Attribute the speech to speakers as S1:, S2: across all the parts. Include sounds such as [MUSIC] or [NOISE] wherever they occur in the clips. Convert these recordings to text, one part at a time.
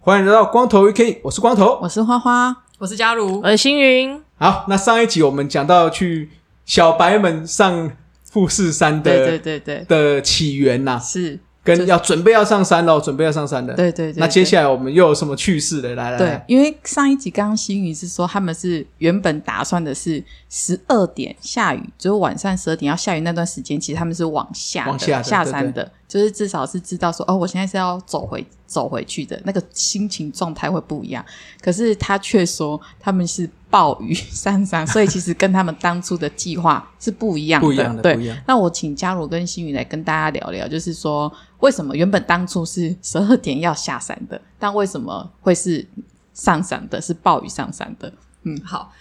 S1: 欢迎来到光头 UK，我是光头。
S2: 我是花花，
S3: 我是嘉如，
S4: 我是呃星云，
S1: 好，那上一集我们讲到去小白们上富士山的
S2: 对对对对，
S1: 的起源呐、
S2: 是，就
S1: 跟
S2: 是
S1: 要准备要上山喽，准备要上山了。
S2: 对对对。
S1: 那接
S2: 来
S1: 下来我们又有什么趣事的？来来
S2: 对，
S1: 来，
S2: 因为上一集刚刚新宇是说他们是原本打算的是十二点下雨，就是晚上十二点要下雨那段时间，其实他们是往下的
S1: 往下的
S2: 下
S1: 对
S2: 山
S1: 对
S2: 的，就是至少是知道说哦，我现在是要走回走回去的那个心情状态会不一样。可是他却说他们是暴雨上山，所以其实跟他们当初的计划是不一样的，
S1: 不一样的，
S2: 对
S1: 不。一样。
S2: 那我请嘉如跟新宇来跟大家聊聊，就是说为什么原本当初是十二点要下山的，但为什么会是上山的，是暴雨上山的？
S3: 嗯好，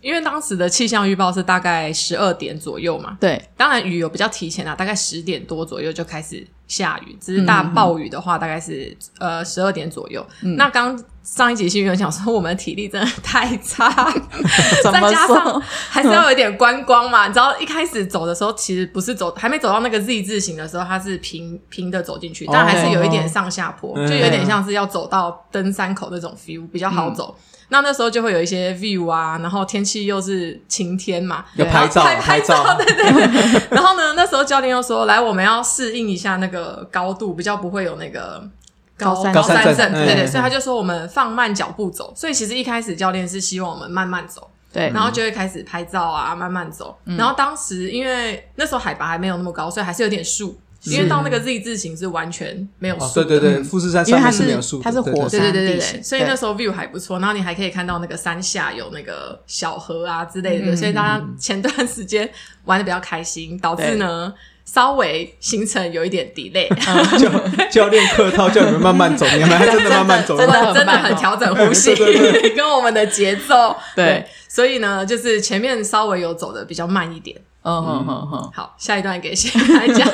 S3: 因为当时的气象预报是大概十二点左右嘛，
S4: [LAUGHS]
S2: 对，
S3: 当然雨有比较提前啊，大概十点多左右就开始下雨，只是大暴雨的话大概是、呃十二点左右。
S4: 嗯
S3: 那刚上一集新闻讲说我们体力真的太差，
S2: 怎
S3: 再
S2: 么
S3: 加上
S2: 说？
S3: [LAUGHS] 还是要有一点观光嘛。你知道一开始走的时候，其实不是走，还没走到那个 Z 字形的时候，它是平平的走进去，
S1: 哦
S3: 但还是有一点上下坡，
S1: 嗯
S3: 就有点像是要走到登山口那种 feel，比较
S2: 嗯
S3: 好走。那那时候就会有一些 view 啊，然后天气又是晴天嘛，
S1: 要拍照啊，
S3: 拍拍
S1: 照啊，
S3: 然后呢，那时候教练又说，来，我们要适应一下那个高度，比较不会有那个。
S2: 高
S3: 山
S2: 山
S3: 高
S1: 症嗯
S3: 症，对
S1: 嗯
S3: 对，
S1: 嗯
S3: 所以他就说我们放慢脚步走。所以其实一开始教练是希望我们慢慢走，
S2: [LAUGHS] 对
S3: 然后就会开始拍照啊，慢慢走。然后当时因为那时候海拔还没有那么高，所以还是有点树，因为到那个 Z 字形是完全没有
S1: 哦
S3: 树
S1: 对
S3: 的。
S1: 对对，富士山
S2: 嗯因
S1: 上
S2: 为
S1: 面
S2: 它
S1: 没有树的，
S2: 它是
S1: 对对
S2: 火
S3: 对
S2: 山
S3: 对对
S2: 地
S3: 对
S2: 形
S3: 对，所以那时候 view 还不错，然后你还可以看到那个山下有那个小河啊之类的，
S2: 嗯
S3: 所以大家前段时间玩的比较开心，导致呢稍微行程有一点 delay，
S1: 对
S2: [LAUGHS]
S1: 教教练客套叫你们慢慢走，你们还真的慢慢走，
S2: 真的
S3: 我们 [LAUGHS] 真的
S2: 很慢
S3: 很调整呼吸
S1: 对对
S3: [LAUGHS] 跟我们的节奏，
S2: 对，
S3: 所以呢就是前面稍微有走的比较慢一点。
S2: 嗯哼哼哼，
S3: 好，下一段给 [LAUGHS] 先来讲，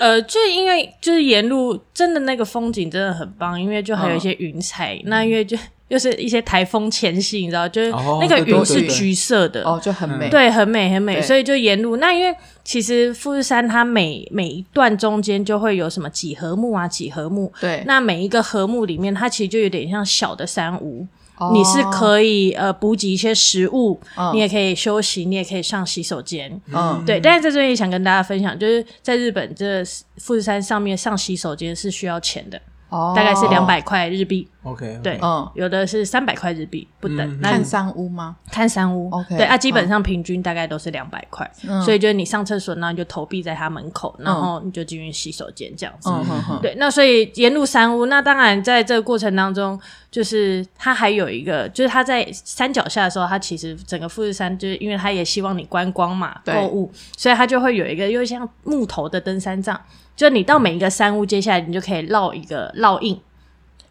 S4: 呃，就因为就是沿路真的那个风景真的很棒，因为就还有一些云彩，那因为就又是一些台风前夕，你知道，就是
S1: 哦
S4: 那个
S1: 对对
S4: 云
S1: 对
S4: 是
S1: 对
S4: 橘色的，
S2: 哦，就很美，
S1: 嗯
S4: 对，很美很美，
S2: 对
S4: 所以就沿路。那因为其实富士山它每每一段中间就会有什么几何木啊，几何木。
S2: 对，
S4: 那每一个和木里面，它其实就有点像小的山屋，
S2: 哦
S4: 你是可以呃补给一些食物，
S2: 嗯
S4: 你也可以休息，你也可以上洗手间。
S2: 嗯
S4: 对，但是在这边也想跟大家分享，就是在日本这富士山上面上洗手间是需要钱的，
S2: 哦
S4: 大概是两，百块日币，
S1: OK，
S4: 对，
S2: 嗯，
S4: 有的是三百块日币不等。
S1: 嗯
S4: 那
S2: 哦看山屋吗？
S4: 看山屋
S2: OK，
S4: 对啊，基本上平均大概都是两百块，
S2: 嗯
S4: 所以就是你上厕所，然后你就投币在他门口，然后你就进去洗手间这样子。
S2: 嗯哼哼，
S4: 对，那所以沿路山屋，那当然在这个过程当中，就是它还有一个，就是它在山脚下的时候，它其实整个富士山，就是因为它也希望你观光嘛，
S2: 对
S4: 购物，所以它就会有一个又像木头的登山杖，就你到每一个山屋，接下来你就可以烙一个烙印，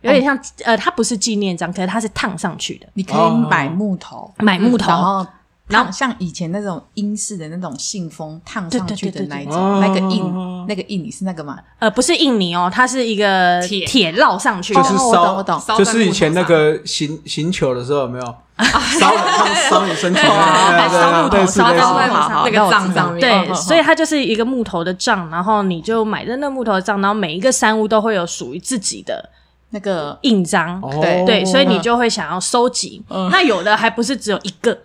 S4: 有点像、呃，它不是纪念章，可是它是烫上去的，
S2: 你可以买木头，
S4: 买木
S2: 嗯
S4: 头
S2: 然后。
S4: 然
S2: 然
S4: 后
S2: 后像以前那种英式的那种信封烫上去的
S4: 对对对对
S2: 那一
S1: 对哦
S2: 种，那个印，那个印你是那个吗？
S4: 呃，不是印泥哦，它是一个
S3: 铁
S4: 铁烙上去的，
S1: 就是
S2: 哦我懂
S1: 烧
S2: 我懂，
S3: 烧
S1: 就
S3: 在
S1: 是以
S3: 木头
S1: 前那
S3: 上
S1: 个行行球的时候有没有
S2: 啊
S1: 烧他们烧你
S2: [LAUGHS] 哦
S1: 身体，对啊
S4: 还烧
S1: 对
S4: 木
S1: 对
S4: 头
S1: 类似
S4: 烧
S1: 类
S3: 在
S1: 似
S4: 到
S3: 那
S2: 好好
S3: 个
S2: 那
S3: 那个
S2: 我
S3: 帐
S2: 知道
S3: 上面，
S4: 对，
S2: 嗯
S4: 所以它就是一个木头的杖，然后你就买着那木头的杖，然后每一个山屋都会有属于自己的
S2: 那个
S4: 印章，
S1: 哦
S2: 对
S4: 对，所以你就会想要收集。
S2: 嗯
S4: 那有的还不是只有一个，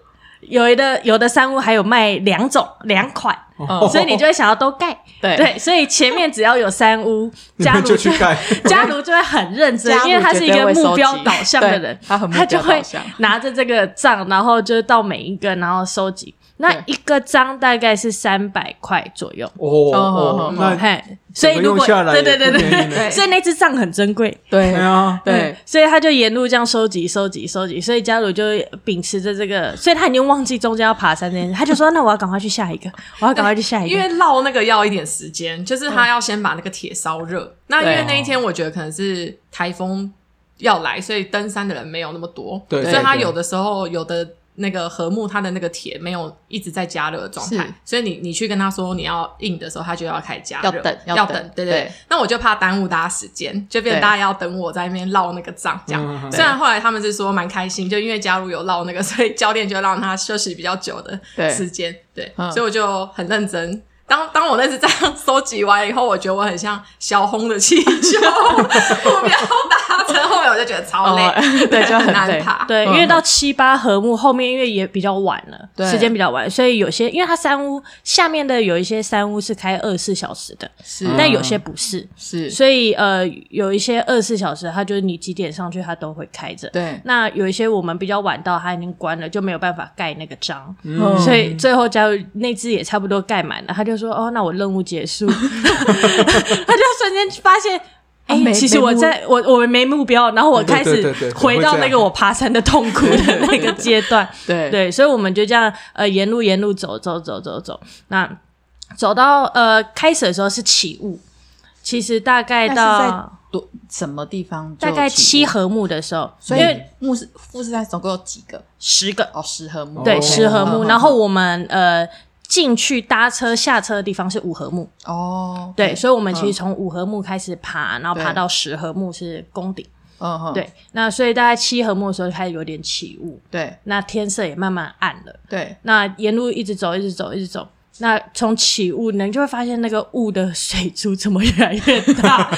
S4: 有的有的山屋还有卖两种两款，
S1: 哦
S2: 嗯
S4: 所以你就会想要都盖。
S2: [LAUGHS] 对
S4: 对，所以前面只要有
S2: [LAUGHS]
S4: 山屋，
S1: 你
S4: 家
S1: 们
S4: 奴
S1: 就
S4: [LAUGHS]
S1: 去盖，
S4: 家奴就会很认真
S2: 家，奴
S4: 因为他是一个目标导向的
S2: 绝对会收
S4: 人
S2: 集对，他很目标
S4: 就会
S2: 导向
S4: 拿着这个账，然后就是到每一个，然后收集。那
S2: 对
S4: 一个章大概是三百块左右，
S1: 哦
S2: 哦
S1: 哦
S2: 哦，
S1: 那
S4: 嘿，所以
S1: 整个
S4: 如
S1: 用
S4: 果
S1: 下来
S4: 对对对
S1: 也不便宜呢
S4: 对，所以那只账很珍贵。
S2: 对
S1: 对啊，
S4: 嗯，所以他就沿路这样收集、收集、收集，所以家鲁就秉持着这个，所以他已经忘记中间要爬山这件事，他就说：“那我要赶快去下一个，我要赶快去下一个。”
S3: 因为烙那个要一点时间，就是他要先把那个铁烧热。那因为
S2: 对
S3: 那一天我觉得可能是台风要来，所以登山的人没有那么多，
S1: 对
S3: 所以他
S1: 对
S3: 有的时候有的那个禾木它的那个铁没有一直在加热的状态
S2: 是，
S3: 所以你你去跟他说你要硬的时候，他就要开始加热，
S2: 要等
S3: 要
S2: 要
S3: 等
S2: 等，
S3: 对
S2: 对
S3: 那我就怕耽误大家时间，就变成
S2: 对
S3: 大家要等我在那边绕那个账
S1: 嗯嗯
S3: 这样。
S1: 嗯
S3: 虽然后来他们是说蛮开心，就因为加入有绕那个，所以教练就让他休息比较久的
S2: 对
S3: 时间，对，
S2: 嗯
S3: 所以我就很认真。当当我那次这样收集完以后，我觉得我很像小红的气
S2: [LAUGHS]
S3: 球，目标达成，后面我就觉得超累，
S2: 哦 [LAUGHS] 对就很
S3: 难
S2: 累
S3: 爬。
S4: 对，
S2: 嗯
S4: 因为到七八和木后面，因为也比较晚了，
S2: 对
S4: 时间比较晚，所以有些因为它三屋下面的有一些三屋是开二十四小时的，
S2: 是
S1: 嗯
S4: 但有些不是，
S2: 是，
S4: 所以呃，有一些二十四小时，它就是你几点上去，它都会开着。
S2: 对，
S4: 那有一些我们比较晚到，它已经关了，就没有办法盖那个章，
S2: 嗯
S4: 所以最后加入那只也差不多盖满了，他就说：“哦，那我任务
S1: [LAUGHS]
S4: 结束。”他就瞬间发
S1: 哦
S4: 现。哎、
S2: 没
S4: 其实
S2: 没
S4: 我
S2: 目
S4: 在我我没目标，然后我
S1: 对
S4: 开
S1: 对
S4: 始
S1: 对对
S4: 回到
S1: 会这
S4: 那
S1: 样
S4: 个我爬山的痛苦的那个阶段。
S1: [LAUGHS]
S2: 对
S4: 对，所以我们就这样呃沿路沿路走走走走走，那走到呃开始的时候是起雾，其实大概
S2: 那是
S4: 到
S2: 在多什么地方就
S4: 大概
S2: 有起
S4: 七
S2: 雾，
S4: 合目的时候，
S2: 所
S4: 因为
S2: 以木是富士山总共有几个？
S4: 十个
S2: 哦，十合木，
S4: 对
S1: 哦
S4: 十合目，
S2: 嗯
S4: 然后
S2: 嗯
S4: 我们呃进去搭车下车的地方是五合目，
S2: 哦，
S4: 对，所以我们其实
S2: 嗯
S4: 从五合目开始爬，然后爬
S2: 对
S4: 到十合目是宫顶，
S2: 嗯哼，
S4: 对，那所以大概七合目的时候就开始有点起雾，
S2: 对
S4: 那天色也慢慢暗了。
S2: 对，
S4: 那沿路一直走，一直走，一直走。那从起雾呢，你就会发现那个雾的水珠怎么越来越大，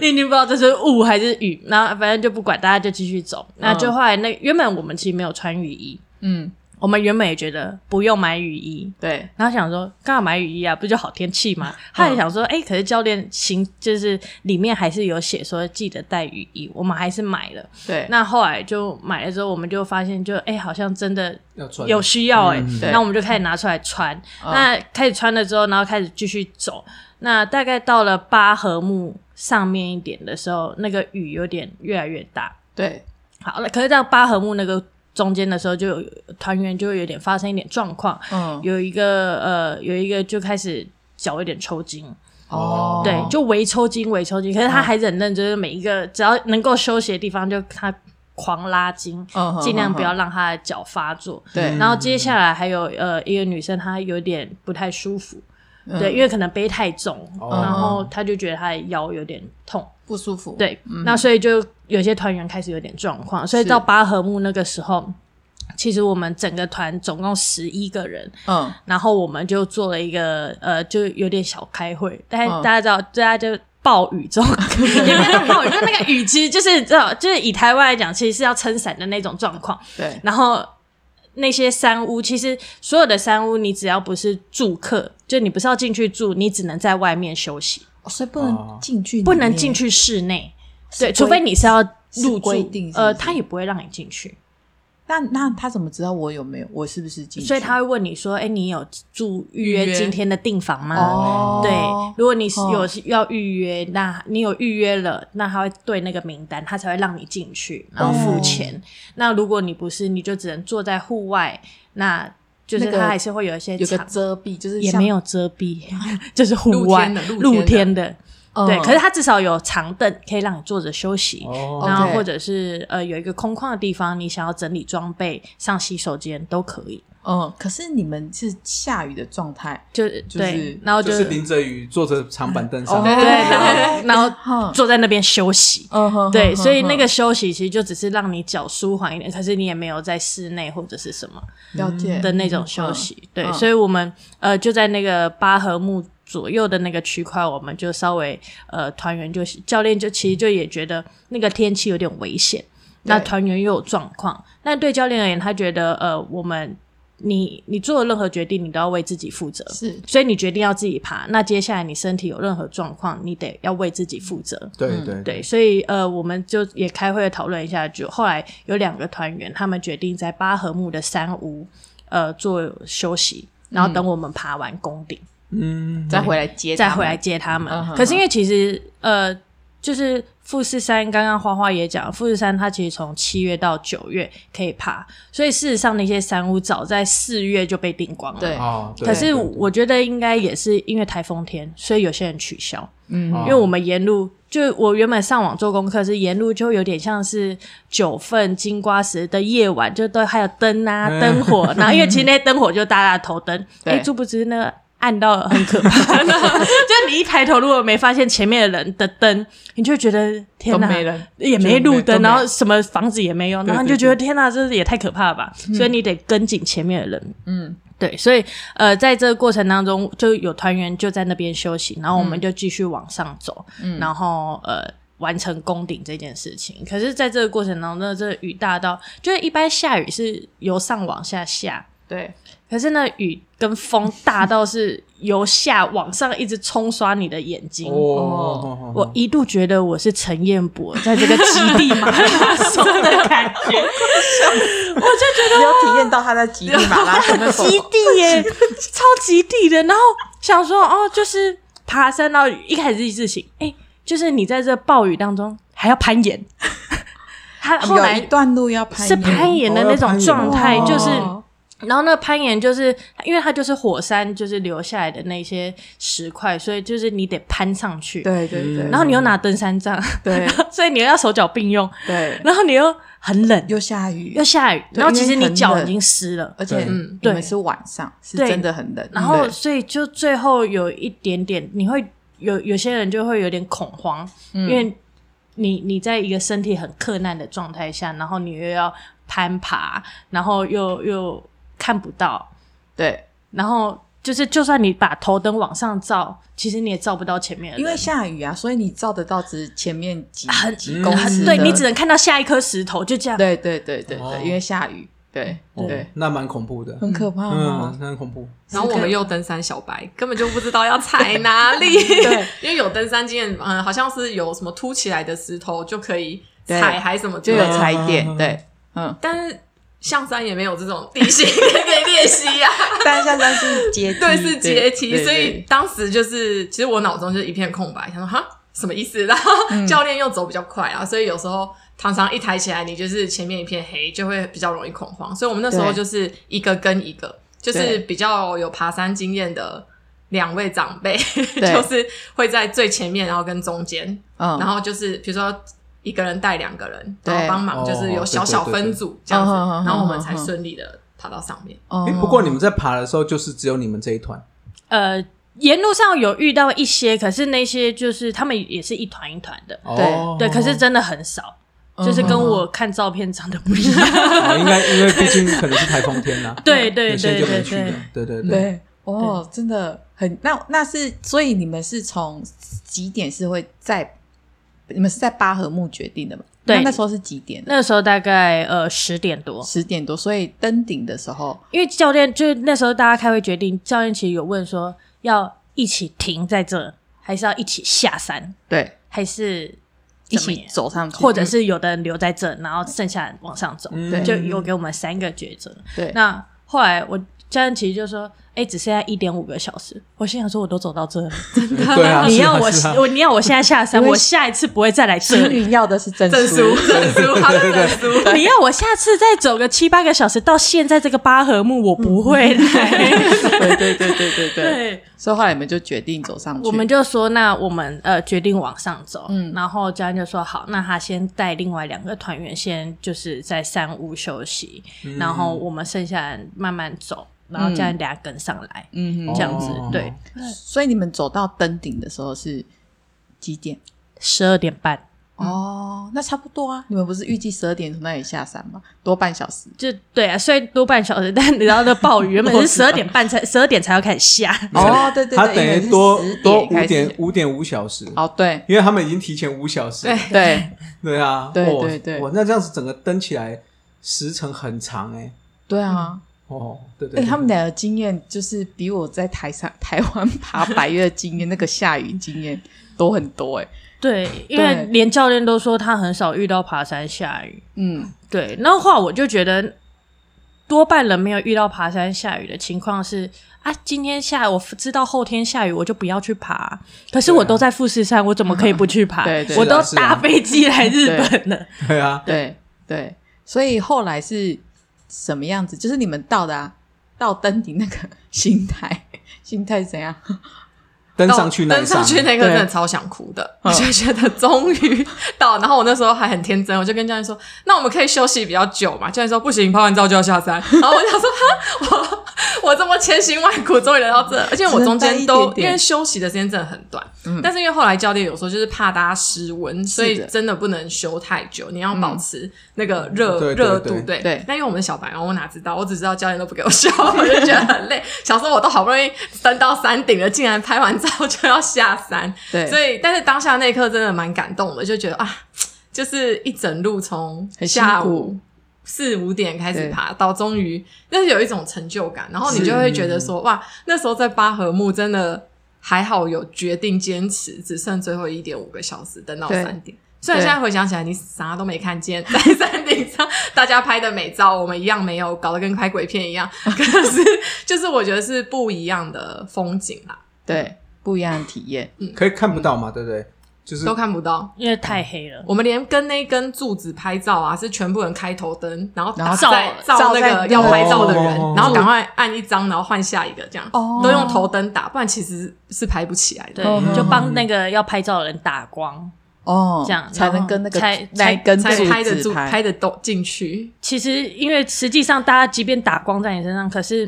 S4: 你已经不知道这是雾还是雨。那反正就不管，大家就继续走。那就后来那原本我们其实没有穿雨衣，
S2: 嗯，
S4: 我们原本也觉得不用买雨衣，
S2: 对
S4: 然后想说干嘛买雨衣啊？不就好天气嘛？他也想说，哎、可是教练行就是里面还是有写说记得带雨衣，我们还是买了。
S2: 对，
S4: 那后来就买了之后，我们就发现就哎、好像真的
S1: 要穿
S4: 有需要哎、
S1: 嗯
S4: 欸，
S2: 对
S4: 那、我们就开始拿出来穿。
S2: 嗯
S4: 那开始穿了之后，然后开始继续走。那大概到了八合目上面一点的时候，那个雨有点越来越大。
S2: 对
S4: 好了，可是到八合目那个中间的时候，就有团员就有点发生一点状况，
S2: 嗯
S4: 有一个呃，有一个就开始。脚有点抽筋，
S2: 哦，
S4: 对，就微抽筋，微抽筋。可是他
S2: 嗯
S4: 还忍认，就是每一个只要能够休息的地方，就他狂拉筋，
S2: 嗯哼
S4: 尽量不要
S2: 嗯
S4: 嗯让他的脚发作。
S2: 哼对，
S4: 然后接下来还有呃一个女生，她有点不太舒服，
S2: 嗯
S4: 对，因为可能背太重，
S1: 哦
S4: 然后她就觉得她的腰有点痛，
S2: 不舒服，
S4: 对，那所以就有些团员开始有点状况，所
S2: 嗯
S4: 以
S2: 是
S4: 到八合目那个时候，其实我们整个团总共十一个人，
S2: 嗯，
S4: 然后我们就做了一个呃，就有点小开会，但是
S2: 嗯
S4: 大家知道，大家就。暴雨中， [LAUGHS] 也没有到暴雨，就那个雨其实就是知道，就是以台湾来讲，其实是要撑伞的那种状况。
S2: 对
S4: 然后那些山屋，其实所有的山屋，你只要不是住客，就你不是要进去住，你只能在外面休息，
S2: 哦所以不能
S1: 哦
S2: 进去里面，
S4: 不能进去室内。对，
S2: 规
S4: 除非你是要入
S2: 是
S4: 住
S2: 规定是，不是
S4: 呃，他也不会让你进去，
S2: 那那他怎么知道我有没有？我是不是进去？
S4: 所以他会问你说：“哎，你有住预
S2: 预
S4: 约
S2: 约
S4: 今天的订房吗？”
S2: 哦，
S4: 对，如果你是
S2: 哦
S4: 有要预约，那你有预约了，那他会对那个名单，他才会让你进去，然后
S2: 哦
S4: 付钱。那如果你不是，你就只能坐在户外，那就是
S2: 那个
S4: 他还是会有一些
S2: 有个
S4: 场
S2: 遮蔽，就是
S4: 也
S2: 像
S4: 没有遮蔽， [LAUGHS] 就是户外
S3: 露天的
S4: 露
S3: 露
S4: 天
S3: 天
S4: 的，
S2: 嗯
S4: 对。可是它至少有长凳可以让你坐着休息，
S1: 哦，
S4: 然后
S2: OK
S4: 或者是呃有一个空旷的地方，你想要整理装备、上洗手间都可以。
S2: 嗯，可是你们是下雨的状态，
S4: 就
S2: 就是
S4: 对，然后
S1: 就
S4: 就是
S1: 淋着雨坐着长板凳上，
S2: 对
S4: 哦对，
S2: [LAUGHS]
S4: 然后
S2: 对
S4: 然后
S2: 哼
S4: 坐在那边休息。
S2: 嗯哼
S4: 对，所以
S2: 哼
S4: 那个休息其实就只是让你脚舒缓一点，可是你也没有在室内或者是什么。
S2: 了解
S4: 的那种休息。对，
S2: 嗯
S4: 所以我们呃就在那个八合目左右的那个区块，我们就稍微呃团员就是教练就其实就也觉得那个天气有点危险，那团员又有状况，那对教练而言，他觉得呃我们你你做的任何决定，你都要为自己负责。
S2: 嗯是
S4: 所以你决定要自己爬，那接下来你身体有任何状况，你得要为自己负责。
S1: 对对
S2: 嗯
S4: 对，所以呃，我们就也开会讨论一下，就后来有两个团员，他们决定在八合目的山屋呃做休息，然后
S2: 嗯
S4: 等我们爬完宫顶、
S1: 嗯，
S2: 再回来接，
S4: 再回来，接他们。
S2: 嗯哼
S4: 可是因为其实呃。就是富士山，刚刚花花也讲，富士山它其实从七月到九月可以爬，所以事实上那些山屋早在四月就被订光了。
S2: 对
S1: 哦，对
S4: 可是
S1: 对
S4: 我觉得应该也是因为台风天，所以有些人取消。
S2: 嗯，
S1: 哦
S4: 因为我们沿路就我原本上网做功课是沿路就有点像是九份金瓜石的夜晚，就都还有灯啊
S1: 嗯
S4: 灯火，
S2: [LAUGHS]
S4: 然后因为其实那灯火就大家的头灯，
S2: 对
S4: 哎，殊不知那个暗到很可怕， [LAUGHS] 就你一抬头如果没发现前面的人的灯，你就觉得天
S2: 都
S4: 哪，
S2: 没人，
S4: 也没
S1: 就
S4: 路
S1: 没都
S4: 灯，
S1: 没
S4: 然后什么房子也没有，
S1: 对嗯
S4: 然后你就觉得天哪，这也太可怕了吧！所以你得跟紧前面的人，嗯，对，所以呃，在这个过程当中，就有团员就在那边休息，然后我
S1: 嗯
S4: 们就继续往上走，然后呃。完成攻顶这件事情，可是在这个过程当中，这雨大到就是一般下雨是由上往下下，
S2: 对，
S4: 可是呢雨跟风大到是由下往上一直冲刷你的眼睛，
S1: 哦，
S4: 我一度觉得我是陈彦博在这个极地马拉松的感觉，
S5: 你有体验到他在极地马拉松那种
S4: 极地耶，超极地的。然后想说，哦，就是爬山到一开始意识醒，哎、就是你在这暴雨当中还要攀岩， [LAUGHS] 他 [LAUGHS] 后
S2: 哦有一
S4: 来
S2: 段路要拍，
S4: 是攀岩的那种状态，
S1: 哦
S4: 就是。
S2: 哦
S4: 然后那攀岩就是因为它就是火山就是留下来的那些石块，所以就是你得攀上去。。
S2: 对对对，
S4: 然后你又拿登山杖， [LAUGHS]
S2: 对
S4: 所以你又要手脚并用，
S2: 对，
S4: 然后你又很冷，
S2: 又下雨
S4: 又，下雨，
S2: 对
S4: 然后其
S2: 因
S4: 实
S2: 为
S4: 你
S2: 很
S4: 脚已
S2: 冷
S4: 经湿了，
S2: 而且
S1: 对
S2: 嗯，
S4: 对
S2: 你们是晚上，是
S4: 对
S2: 真的很冷，
S4: 然后
S2: 对
S4: 所以就最后有一点点，你会有有些人就会有点恐慌，
S2: 嗯
S4: 因为你你在一个身体很克难的状态下，然后你又要攀爬，然后又又看不到，
S2: 对，
S4: 然后就是就算你把头灯往上照，其实你也照不到前面的人，
S2: 因为下雨啊，所以你照得到只是前面几
S4: 很
S2: 几公
S1: 很
S2: 尺的，
S4: 对你只能看到下一颗石头，就这样。
S2: 对对对对
S1: 哦
S2: 对，因为下雨，对
S1: 哦
S2: 嗯对，
S1: 那蛮恐怖的，
S2: 很可怕
S1: 嗯，
S2: 哦。
S1: 那很恐怖。
S3: 然后我们又登山小白，根本就不知道要踩哪里。
S2: [LAUGHS] 对，
S3: 因为有登山经验，嗯，好像是有什么凸起来的石头就可以
S2: 对
S3: 踩，还什么之
S2: 就
S3: 类
S2: 有
S3: 的。
S2: 踩点
S1: 嗯，
S2: 对，嗯，
S3: 但是象山也没有这种地形 [LAUGHS] 可以练习呀、
S1: 嗯
S2: [LAUGHS]
S5: 但是像但是阶梯，
S3: [LAUGHS] 对，是阶梯，
S2: 对
S3: 所以
S2: 对
S3: 当时就是，其实我脑中就是一片空白，想说哈什么意思？ [LAUGHS] 然后教练又走比较快啊，所以有时候常常一抬起来，你就是前面一片黑，就会比较容易恐慌。所以我们那时候
S2: 对
S3: 就是一个跟一个，就是
S2: 对
S3: 比较有爬山经验的两位长辈， [LAUGHS]
S2: 对
S3: 就是会在最前面，然后跟中间，
S2: 嗯，
S3: 然后就是比如说一个人带两个人，
S2: 对
S3: 然后帮忙，
S1: 哦
S3: 就是有小
S1: 对对
S3: 小
S1: 对
S3: 分组这样子，
S2: 嗯嗯嗯嗯
S3: 然后我们才
S2: 嗯嗯
S3: 顺利的爬到上面。
S2: 哦
S1: 诶不过你们在爬的时候，就是只有你们这一团，
S4: 呃，沿路上有遇到一些，可是那些就是他们也是一团一团的，
S1: 哦
S4: 对，可是真的很少，
S2: 嗯
S4: 就是
S1: 嗯
S4: 跟我看照片长得不一样。，
S1: 哦，应该因为毕竟可能是台风天呐
S4: 对 [LAUGHS] 对
S1: 有些
S4: 对
S1: 就没
S4: 对
S1: 去了
S4: 对，
S1: 对对对。
S2: 嗯对，哦，真的很那那是，所以你们是从几点是会在？你们是在八和木决定的吗？
S4: 对
S2: 那那时候是几点？
S4: 那时候大概呃十点多，
S2: 十点多，所以登顶的时候，
S4: 因为教练就是那时候大家开会决定，教练其实有问说要一起停在这，还是要一起下山，
S2: 对，
S4: 还是
S2: 一
S4: 怎么
S2: 起
S4: 样，
S2: 走上去，
S4: 或者是有的人留在这，然后剩下人往上走，
S1: 嗯
S2: 对
S4: 就有给我们三个抉择。
S2: 对，
S4: 那后来我教练其实就说：“哎，只剩下一点五个小时。”我心想说：“我都走到这了，
S1: [LAUGHS] 对啊，
S4: 你
S1: 是啊
S4: 要我
S1: 是啊
S4: 我你要我现在下山，
S2: 因为
S4: 我下一次不会再来这
S2: 青
S4: 里。
S2: 云要的是证
S3: 证书，证书，他的证书。
S4: 你要我下次再走个七八个小时到现在这个八合木，我不会
S2: 嗯
S4: 来。
S2: [LAUGHS] 对对对对对对。
S4: 对，
S2: 所以后来你们就决定走上去，
S4: 我们就说那我们呃决定往上走，
S2: 嗯
S4: 然后教练就说好，那他先带另外两个团员先就是在山屋休息，
S1: 嗯
S4: 然后我们剩下人慢慢走，然后教练等下跟上来，
S2: 嗯
S1: 哦
S4: 这样子对，
S2: 所以你们走到登顶的时候是几点？
S4: 十二点半
S2: 哦，那差不多啊。你们不是预计十二点从那里下山吗？多半小时。
S4: 就对啊，所以多半小时，但你知道那暴雨原
S2: [LAUGHS]
S4: 本是十二点半才十二点才要开始下，
S2: 哦，对对对，
S1: 他等于多
S2: 因为是10
S1: 多
S2: 点
S1: 五
S2: 开始
S1: 点五点五小时，
S2: 哦，对
S1: 因为他们已经提前五小时，
S3: 对
S2: 对
S1: 对啊，
S2: 对
S1: 哦
S2: 对对
S1: 哇，那这样子整个登起来时程很长哎，
S2: 对啊！
S1: 哦，对对，
S2: 哎，
S1: 对
S2: 他们俩的经验就是比我在台上台湾爬百越的经验，那个下雨经验多很多哎。
S4: 对，因为
S2: 对
S4: 连教练都说他很少遇到爬山下雨，
S2: 嗯，
S4: 对，那话我就觉得多半人没有遇到爬山下雨的情况是啊，今天下我知道后天下雨，我就不要去爬。可是我都在富士山，我怎么可以不去爬？
S2: 对对
S4: 我都
S1: 是啊是啊
S4: 搭飞机来日本了。
S1: 对啊，
S2: 对对，所以后来是什么样子？就是你们到的啊，到登顶那个心态， [LAUGHS] 心态是怎样？
S1: 登上去那一
S3: 哦登上去那个真的超想哭的，
S2: 嗯
S3: 我 [LAUGHS] 就觉得终于到。然后我那时候还很天真，我就跟教练说：“那我们可以休息比较久嘛？”教练说：“不行，拍完照就要下山。”然后我想说：“哈，我我这么千辛万苦终于来到这，而且我中间
S2: 只能待
S3: 都
S2: 一点点嗯
S3: 因为休息的时间真的很短，但是因为后来教练有说就是怕大家失温，所以真的不能休太久，你要保持那个热、
S1: 对对
S3: 热度
S1: 对
S3: 对
S2: 嗯对
S3: 那因为我们小白嘛，我哪知道？我只知道教练都不给
S2: [LAUGHS]
S3: 我笑，我就觉得很累。想说我都好不容易登到山顶了，竟然拍完照就要下山，
S2: 对，
S3: 所以但是当下那一刻真的蛮感动的，就觉得啊，就是一整路从
S2: 很辛
S3: 下午
S2: 苦。
S3: 四五点开始爬，到终于，但是有一种成就感，然后你就会觉得说，哇，那时候在八合木真的还好有决定坚持，只剩最后一点五个小时，等到
S2: 对
S3: 三点。虽然现在回想起来，你啥都没看见，在山顶上大家拍的美照，我们一样没有，搞得跟拍鬼片一样。可是 [LAUGHS] 就是我觉得是不一样的风景啦，
S2: 对不一样的体验，
S1: 可以看不到嘛，对不对？就是
S3: 都看不到。
S4: [LAUGHS] 因为太黑了，
S3: 我们连跟那根柱子拍照啊，是全部人开头灯，然后
S2: 然后
S3: 打在
S5: 照
S3: 照
S5: 照
S3: 那个
S5: 在
S3: 要拍照的人，
S1: 哦
S3: 然后赶快按一张，然后换下一个，这样、
S2: 哦
S3: 都用头灯打，不然其实是拍不起来的。
S1: 哦
S4: 对，
S2: 嗯
S4: 就帮那个要拍照的人打光。
S2: 哦，
S4: 这样
S2: 才能跟那个
S4: 才
S2: 那一根
S3: 才
S2: 柱
S3: 拍得
S2: 子
S3: 住，
S2: 拍
S3: 拍得都进去。
S4: 其实，因为实际上大家即便打光在你身上，可是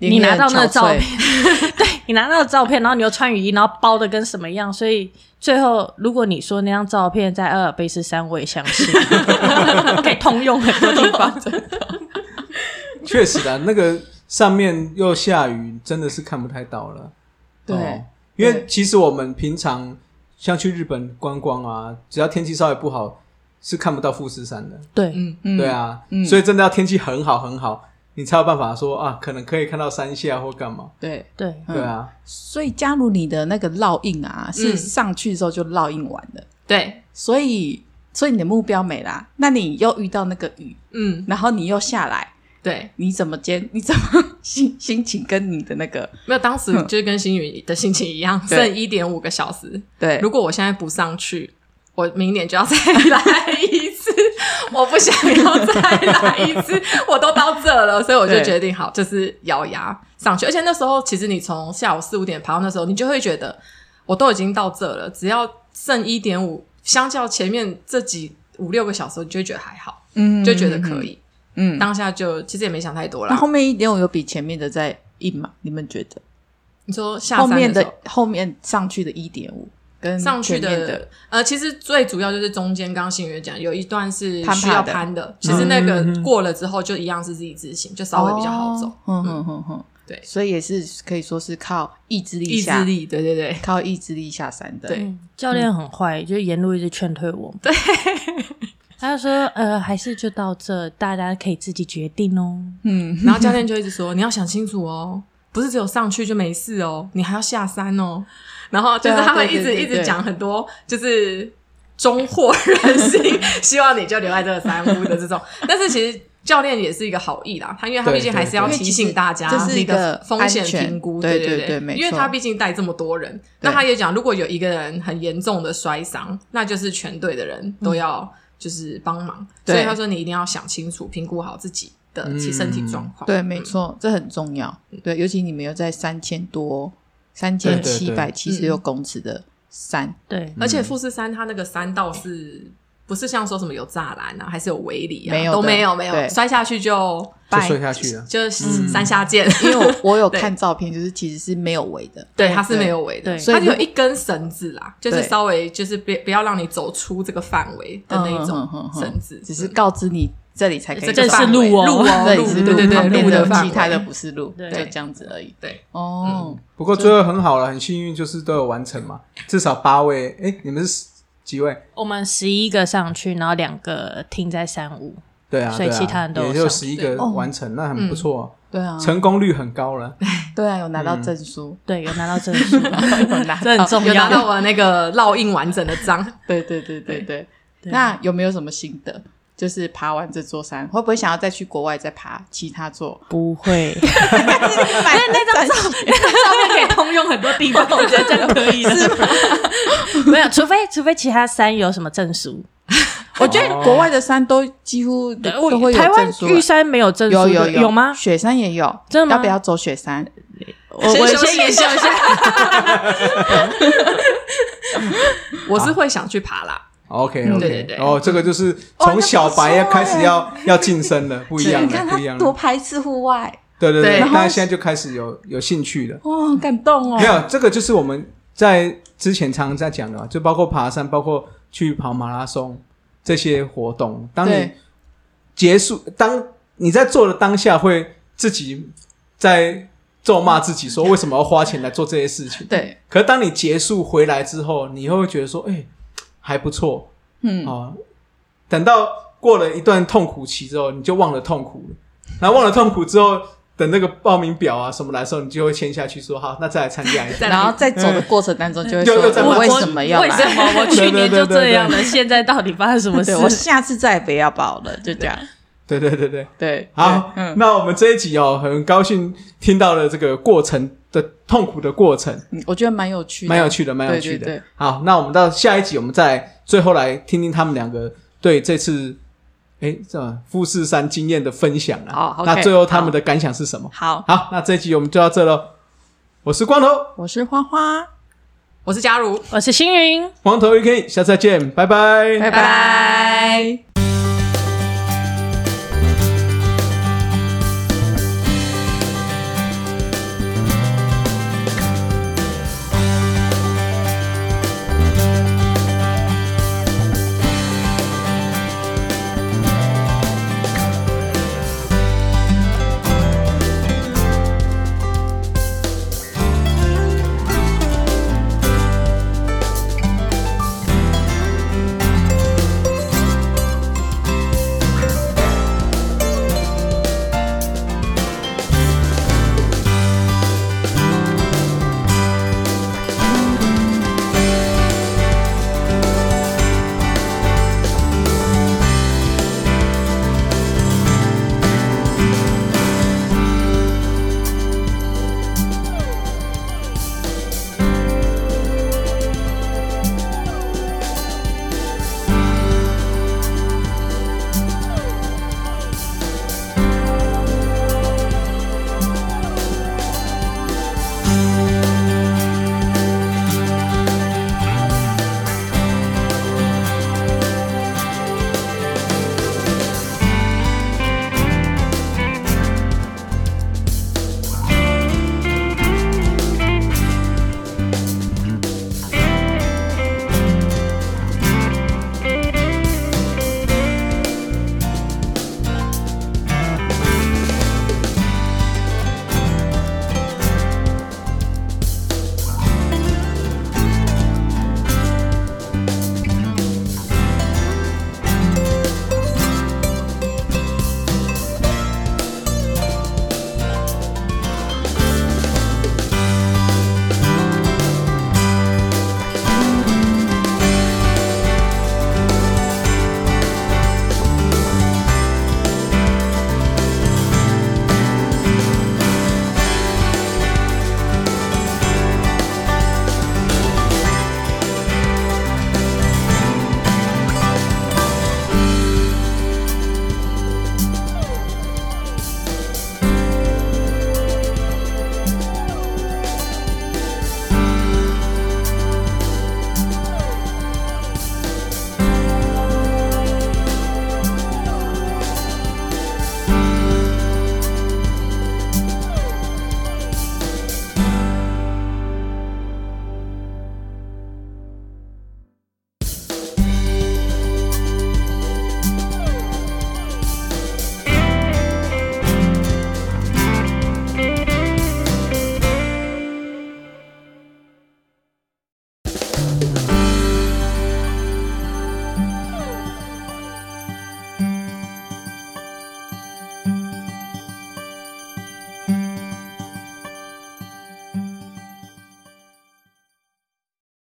S2: 脸
S4: 你
S2: 也
S4: 拿
S2: 很
S4: 到那个
S2: 憔
S4: 照
S2: 悴
S4: 片， [LAUGHS] 对你拿到照片，然后你又穿雨衣，然后包的跟什么样，所以最后如果你说那张照片在阿尔卑斯山，我也相 [LAUGHS] 信可以通用很多地 [LAUGHS] 方。
S1: 确实的，那个上面又下雨，真的是看不太到了。
S2: 对
S1: 哦因为其实我们平常像去日本观光啊，只要天气稍微不好，是看不到富士山的。
S4: 对，
S3: 嗯，
S2: 嗯
S1: 对，啊，
S2: 嗯
S1: 所以真的要天气很好很好，你才有办法说啊，可能可以看到山下或干嘛。
S2: 对，
S4: 对，
S2: 嗯
S1: 对啊，
S2: 所以加入你的那个烙印啊，是
S3: 嗯
S2: 上去之后就烙印完了，
S3: 对，
S2: 所以所以你的目标没啦，那你又遇到那个雨，
S3: 嗯，
S2: 然后你又下来，
S3: 对，
S2: 你怎么接？你怎么心心情跟你的那个
S3: 没有，当时
S2: 嗯
S3: 就是跟星宇的心情一样，
S2: 对
S3: 剩一点五个小时，
S2: 对
S3: 如果我现在不上去，我明年就要再来
S2: [LAUGHS]
S3: 一次，我不想要再来一次，我都到这了，所以我就
S2: 对
S3: 决定好，就是咬牙上去。而且那时候，其实你从下午四五点爬到那时候，你就会觉得我都已经到这了，只要剩一点五，相较前面这几五六个小时，你就会觉得还好，
S2: 嗯
S3: 就觉得可，以。
S2: 嗯，嗯
S3: 当下就其实也没想太多
S2: 那
S3: 啦
S2: 后。面一点我有比前面的再硬嘛？你们觉得
S3: 你说下
S2: 后
S3: 山
S2: 面
S3: 的时候
S2: 的后面上去的一点五跟
S3: 上去
S2: 前面
S3: 的
S2: 的
S3: 呃，其实最主要就是中间刚刚新宇讲有一段是
S2: 攀
S3: 需
S2: 爬
S3: 要
S2: 的
S3: 攀的，其实那个
S1: 嗯
S3: 过了之后就一样是 Z 字形，就稍微比较好走
S2: 哦，嗯哼哼哼，
S3: 对
S2: 所以也是可以说是靠意志力
S3: 意
S2: 下
S3: 志力，对对对，
S2: 靠意志力下山的，
S3: 对
S4: 嗯教练很坏，就沿路一直劝退我们。对， [LAUGHS] 他就说：“呃，还是就到这，大家可以自己决定哦。
S2: 嗯，
S3: 然后教练就一直说你要想清楚哦，不是只有上去就没事哦，你还要下山哦，然后就是
S2: 对啊
S3: 他会
S2: 对
S3: 一直
S2: 对对
S3: 一直
S2: 对
S3: 讲很多就是中惑人心， [LAUGHS] 希望你就留在这个山屋的这种，但是其实。教练也是一个好意啦，他因为他
S1: 对
S3: 毕竟还是要
S2: 对对
S3: 提醒大家
S2: 因为其实这是一
S3: 那
S2: 个
S3: 个风险
S2: 安全
S3: 评估，
S2: 对
S3: 对
S2: 对对没错
S3: 因为他毕竟带这么多人，那他也讲，如果有一个人很严重的摔伤，那就是全队的人都要就是帮忙，所以
S2: 嗯对
S3: 他说你一定要想清楚，评估好自己的
S1: 嗯
S3: 其身体状况。
S2: 对，没错，这很重要。
S3: 嗯
S2: 对，尤其你们又在三千多、三千七百七十六公尺的
S3: 嗯
S2: 山，”
S4: 对，
S3: 而且富士山它那个山道是不是像说什么有栅栏啊，还是有围篱啊？
S2: 没有的
S3: 都没有，没有
S2: 对
S3: 摔下去就
S1: 就
S2: 拜嗯
S1: 睡下去了。
S3: 就山下见。
S2: 因为我我有
S3: 对
S2: 看照片，就是其实是没有围的，
S3: [LAUGHS] 对，它是没有围的，
S4: 对
S3: 它就有一根绳子啦，就是
S2: 对
S3: 稍微就是不不要让你走出这个范围的那一
S2: 嗯
S3: 种绳子，
S2: 只是告知你这里才可以
S3: 这
S2: 走，
S3: 个
S4: 这是
S3: 范围
S4: 路哦
S3: 路
S2: 这
S3: 哦，
S2: 里
S3: 路
S2: 是
S3: 对对
S2: 旁
S3: 对，
S2: 边
S3: 路的范围
S2: 其他的不是路，
S4: 对
S2: 就这样子而已。
S3: 对，
S2: 哦，
S1: 不过最后很好了，很幸运就是都有完成嘛，至少八位。哎，你们是几位？
S4: 我们十一个上去，然后两个停在山屋。
S1: 对啊，
S4: 所以
S1: 对啊
S4: 其他人都有
S1: 也就
S4: 上嗯
S1: 十一
S3: 对
S1: 个
S2: 哦
S1: 完成，那很不错，
S2: 对啊，
S1: 成功率很高了。
S2: 对啊，有拿到证书，
S4: 对，有拿到证书，
S2: 有拿
S4: 这很
S2: 到，
S4: 重
S3: 有拿
S4: 要。
S3: 到我那个烙印完整的章，
S2: 对对对对对。
S4: 对
S2: 那有没有什么心得？就是爬完这座山，会不会想要再去国外再爬其他座？
S4: 不会， [LAUGHS]
S2: 那那张照
S4: 照片可以通用很多地方，我觉得这样可以了。 [LAUGHS] 没有，除非除非其他山有什么证书，
S2: 我觉得
S1: 哦
S2: 国外的山都几乎都会有
S4: 台湾
S2: 证书啊
S4: 玉山没有证书
S2: 有
S4: 的，
S2: 有
S4: 有吗？
S2: 雪山也有，
S4: 真的吗
S2: 要不要走雪山？
S4: 我我
S3: 休息
S4: 先
S3: 一下，
S2: [LAUGHS]
S3: 我是会想去爬啦，
S1: OK
S3: 嗯
S1: OK，
S3: 对对对
S1: 哦，这个就是从小白要开始要要晋升了，不一样了，不一样了。
S5: 爬一次户外，
S1: 对对对，
S3: 对然
S1: 大
S3: 后
S1: 家现在就开始有有兴趣了。
S2: 哦，很感动哦
S1: 没有，这个就是我们在之前常常在讲的嘛，就包括爬山，包括去跑马拉松这些活动。当你
S2: 对
S1: 结束，当你在做的当下，会自己在咒骂自己，说为什么要花钱来做这些事情。
S2: 对，
S1: 可是当你结束回来之后，你又会觉得说，哎、还不错
S2: 嗯，
S1: 啊、等到过了一段痛苦期之后，你就忘了痛苦了。然后忘了痛苦之后，等那个报名表啊什么来的时候，你就会签下去说，好，那再来参加一
S2: [LAUGHS]
S1: 下。
S3: 再
S2: 然后在走的过程当中就会
S1: 又又在
S2: 说，我
S1: 骂
S2: 为
S1: 自己
S2: 什么要
S4: 为
S2: 来？
S4: 什么我去年就这样
S1: 对
S4: 了？现在到底发生什么事
S2: 对？我下次再也不要报了，就这样。
S1: 对对对对，
S2: 对，
S1: 好，
S2: 对嗯，
S1: 那我们这一集哦，很高兴听到了这个过程的痛苦的过程，
S2: 嗯我觉得蛮有趣的，
S1: 蛮有趣的，蛮有趣的。
S2: 对对对
S1: 好，那我们到下一集，我们再来最后来听听他们两个对这次哎这么富士山经验的分享啊。
S2: 好，OK，
S1: 那最后他们的感想是什么？
S2: 好，
S1: 好那这一集我们就到这喽。我是光头，
S2: 我是花花，
S3: 我是佳茹，
S4: 我是星云。
S1: 光头 UK，下次再见，拜拜，
S2: 拜拜。